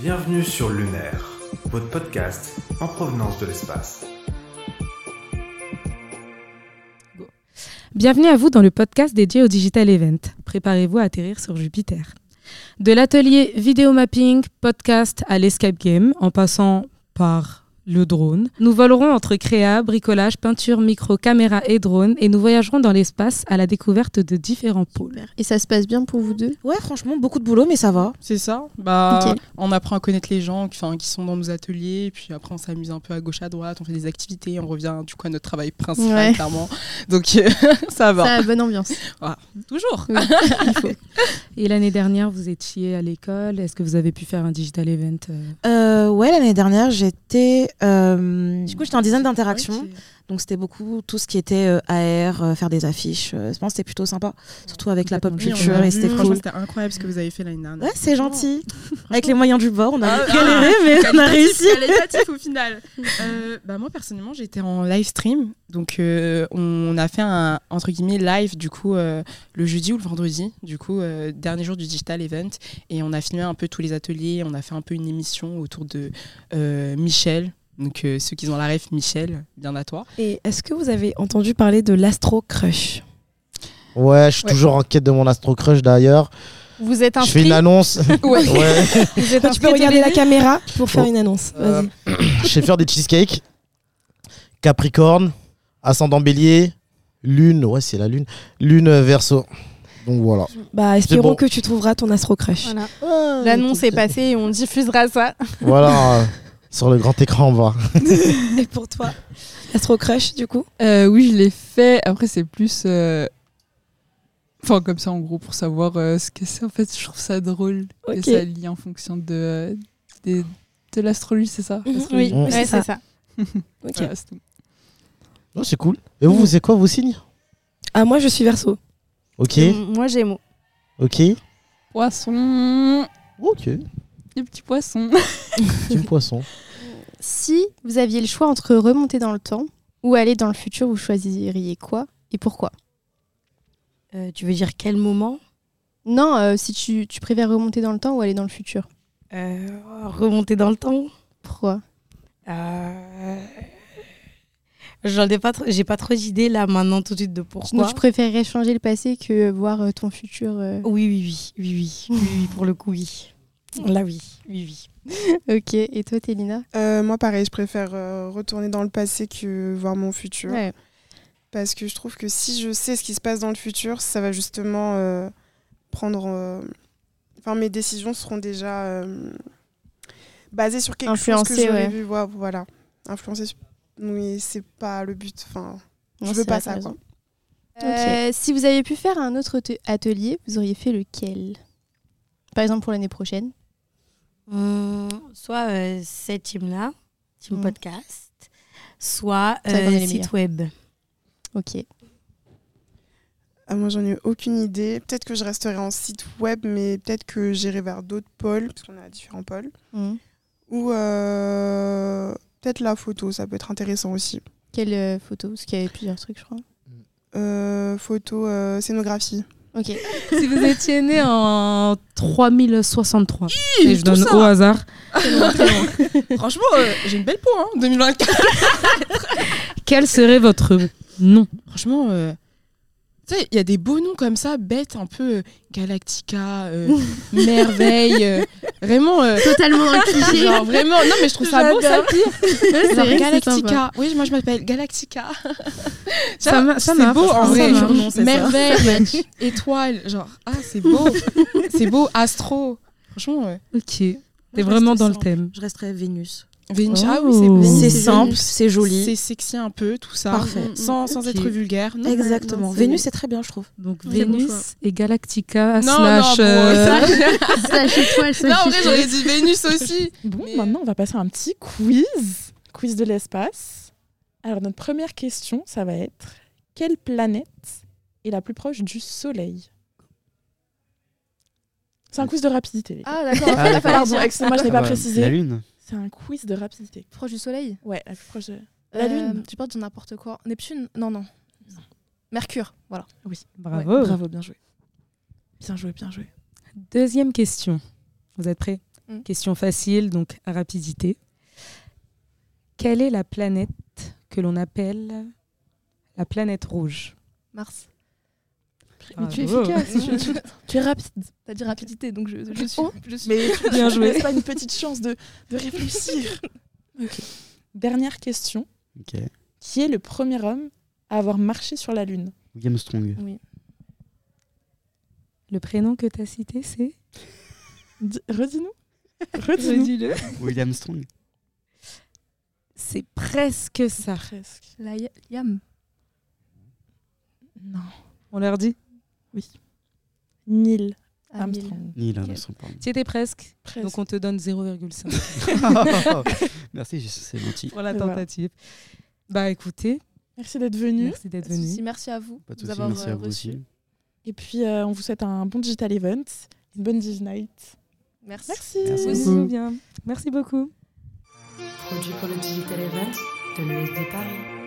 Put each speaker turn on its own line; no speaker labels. Bienvenue sur Lunaire, votre podcast en provenance de l'espace.
Bienvenue à vous dans le podcast dédié au Digital Event. Préparez-vous à atterrir sur Jupiter. De l'atelier vidéo mapping, podcast à l'escape game, en passant par le drone, nous volerons entre créa, bricolage, peinture, micro, caméra et drone et nous voyagerons dans l'espace à la découverte de différents pôles.
Et ça se passe bien pour vous deux
Ouais, franchement, beaucoup de boulot, mais ça va.
C'est ça. Bah,
Ok.
On apprend à connaître les gens enfin, qui sont dans nos ateliers, et puis après on s'amuse un peu à gauche, à droite, on fait des activités, on revient du coup à notre travail principal,
Ouais.
clairement. Donc euh, ça va.
Ça a bonne ambiance.
Toujours.
Et l'année dernière, vous étiez à l'école. Est-ce que vous avez pu faire un Digital Event euh,
Euh, ouais, l'année dernière, j'étais. euh, du coup, j'étais en design d'interaction. Donc, c'était beaucoup tout ce qui était euh, AR, euh, faire des affiches. euh, je pense que c'était plutôt sympa. Surtout avec la pop
Oui, on
culture.
a
Et
vu,
c'était
franchement,
cool.
C'était incroyable ce que vous avez fait l'année dernière.
Ouais, c'est gentil. Avec les moyens du bord, on a
Ah,
galéré, mais on a réussi.
qualitatif au final. Euh, bah moi personnellement j'étais en live stream donc euh, on a fait un entre guillemets live du coup euh, le jeudi ou le vendredi du coup euh, dernier jour du digital event et on a filmé un peu tous les ateliers on a fait un peu une émission autour de euh, Michel donc euh, ceux qui ont la ref Michel bien à toi
Et est-ce que vous avez entendu parler de l'Astro Crush
Ouais, je suis
Ouais.
toujours en quête de mon Astro Crush d'ailleurs.
Vous êtes
Je fais une annonce.
Ouais.
Ouais.
Vous êtes tu peux regarder la caméra pour faire une annonce.
Euh,
Vas-y.
Je sais faire des cheesecakes. Capricorne, ascendant bélier, lune, ouais, c'est la lune. Lune euh, verso. Donc voilà.
Bah, espérons
bon.
que tu trouveras ton Astro Crush.
Voilà. L'annonce est passée et on diffusera ça.
Voilà, euh, sur le grand écran en bas.
Et pour toi, l'Astro Crush, du coup
Euh, oui, je l'ai fait. Après, c'est plus. euh, Enfin, comme ça, en gros, pour savoir euh, ce que c'est. En fait, je trouve ça drôle.
Ok.
Et ça lie en fonction de, euh, des- de l'astrologie, c'est ça
Mhm,
L'astrologie.
Mm.
Ouais, c'est ça.
Ok.
Voilà, c'est tout.
Non, Oh, c'est cool. Et vous, vous c'est quoi vos signes
Ah, moi, je suis verso.
Ok,
Mm.
Moi, Gémeaux.
ok,
Poisson
ok.
Les petits poissons
Petit poisson.
Si vous aviez le choix entre remonter dans le temps ou aller dans le futur, vous choisiriez quoi et pourquoi
Euh, tu veux dire quel moment
Non, euh, si tu, tu préfères remonter dans le temps ou aller dans le futur.
Euh, Remonter dans le temps
Pourquoi
Euh, J'en ai pas, trop- j'ai pas trop d'idées là maintenant tout de suite de pourquoi.
Donc, tu préférerais changer le passé que voir euh, ton futur. euh,
Oui, oui, oui, oui, oui, oui, oui, pour le coup, oui. Là, oui, oui,
Ok, et toi, Télina
Euh, moi, pareil, je préfère euh, retourner dans le passé que voir mon futur.
Ouais.
Parce que je trouve que si je sais ce qui se passe dans le futur, ça va justement euh, prendre. euh, Enfin, mes décisions seront déjà euh, basées sur quelque chose que
Influencées,
j'aurais
ouais.
vu. ouais, voilà, influencées. sur- Mais c'est pas le but. Enfin,
Non,
je veux
c'est
pas
vrai,
ça.
t'as
Quoi.
Euh, Si vous aviez pu faire un autre te- atelier, vous auriez fait lequel Par exemple, pour l'année prochaine.
oui. Hum, soit euh, cette team-là, team
Mm.
podcast, soit euh,
Ça, qu'on est les
site
meilleurs.
web.
Ok.
Ah, moi, j'en ai aucune idée. Peut-être que je resterai en site web, mais peut-être que j'irai vers d'autres pôles, parce qu'on a différents pôles.
Mhm.
Ou euh, peut-être la photo, ça peut être intéressant aussi.
Quelle euh, photo Parce qu'il y avait plusieurs trucs, je crois.
Euh, photo, euh, scénographie.
Ok.
Si vous étiez né en 3063, et je
tout
donne
ça.
au hasard,
franchement euh, j'ai une belle peau hein 2024
quel serait votre nom
franchement euh, tu sais il y a des beaux noms comme ça bêtes un peu euh, Galactica euh, merveille euh, vraiment euh,
Totalement dans le cliché.
Genre vraiment, non mais je trouve ça beau ça pire. Genre
vrai que c'est
Galactica. Oui, moi je m'appelle Galactica.
Ça
Genre,
m'a- ça
c'est
marche,
beau en
ça
vrai.
marche.
Genre, Merveille, étoile, genre ah c'est beau, c'est beau, astro. Franchement, ouais.
Ok, t'es vraiment dans le thème.
Je resterai Vénus. Vénus, ah oui c'est
Oh.
beau.
C'est
C'est
Vénus.
simple, c'est joli.
c'est sexy un peu tout ça, Mm,
Parfait.
sans sans
Ok.
être vulgaire. Non,
Exactement.
non, c'est-
Vénus, c'est très bien, je trouve.
Donc
C'est mon choix.
Vénus et Galactica
Non,
slash.
non, bon,
euh,
ça, je-
Sachez-toi,
non, en vrai, j'aurais dit Vénus aussi.
Bon,
Mais-
maintenant, on va passer à un petit quiz. Quiz de l'espace. Alors, notre première question, ça va être quelle planète est la plus proche du Soleil C'est un quiz de rapidité, les gars.
Ah, d'accord.
Ah, pardon, excusez-moi, je n'ai pas précisé.
lune.
C'est un quiz de rapidité.
Proche du soleil
Ouais, la plus proche de... La
Euh,
Euh,
Lune
Tu parles de n'importe quoi. Neptune Non, non. Mercure, voilà.
Bravo.
Ouais, bravo, bien joué. Bien joué, bien joué.
Deuxième question. Vous êtes prêts Question facile, donc à rapidité. Quelle est la planète que l'on appelle la planète rouge
Mars.
Ah,
Mais tu es Bravo. efficace,
Je- je-
tu es rapide.
T'as dit rapidité, donc je, je suis.
Oh.
je suis-
Mais tu-
Bien
tu
joué.
me laisses pas une petite chance de, de réfléchir. Ok. Dernière question.
Ok.
Qui est le premier homme à avoir marché sur la Lune
William Strong.
Le prénom que tu as cité, c'est
Di- Redis-nous. Redis-nous.
Redis-le.
William Strong.
C'est presque ça.
La ya- Yam.
Non.
On leur dit
Oui. Neil
Ah, Neil.
Armstrong.
Neil Armstrong, pardon.
Tu étais presque,
Presque.
donc on te donne 0,5.
Merci, je- c'est gentil.
Pour la
Et voilà.
tentative. Bah écoutez,
Merci d'être venu.
Merci d'être Pas de venu. souci,
merci à vous.
Pas de soucis, merci
euh,
à vous aussi.
Et puis, euh, on vous souhaite un bon digital event, une bonne Div Night.
Merci.
Merci.
Merci Vous aussi, beaucoup. Merci beaucoup.
Produit pour le Digital Event de l'ESD Paris.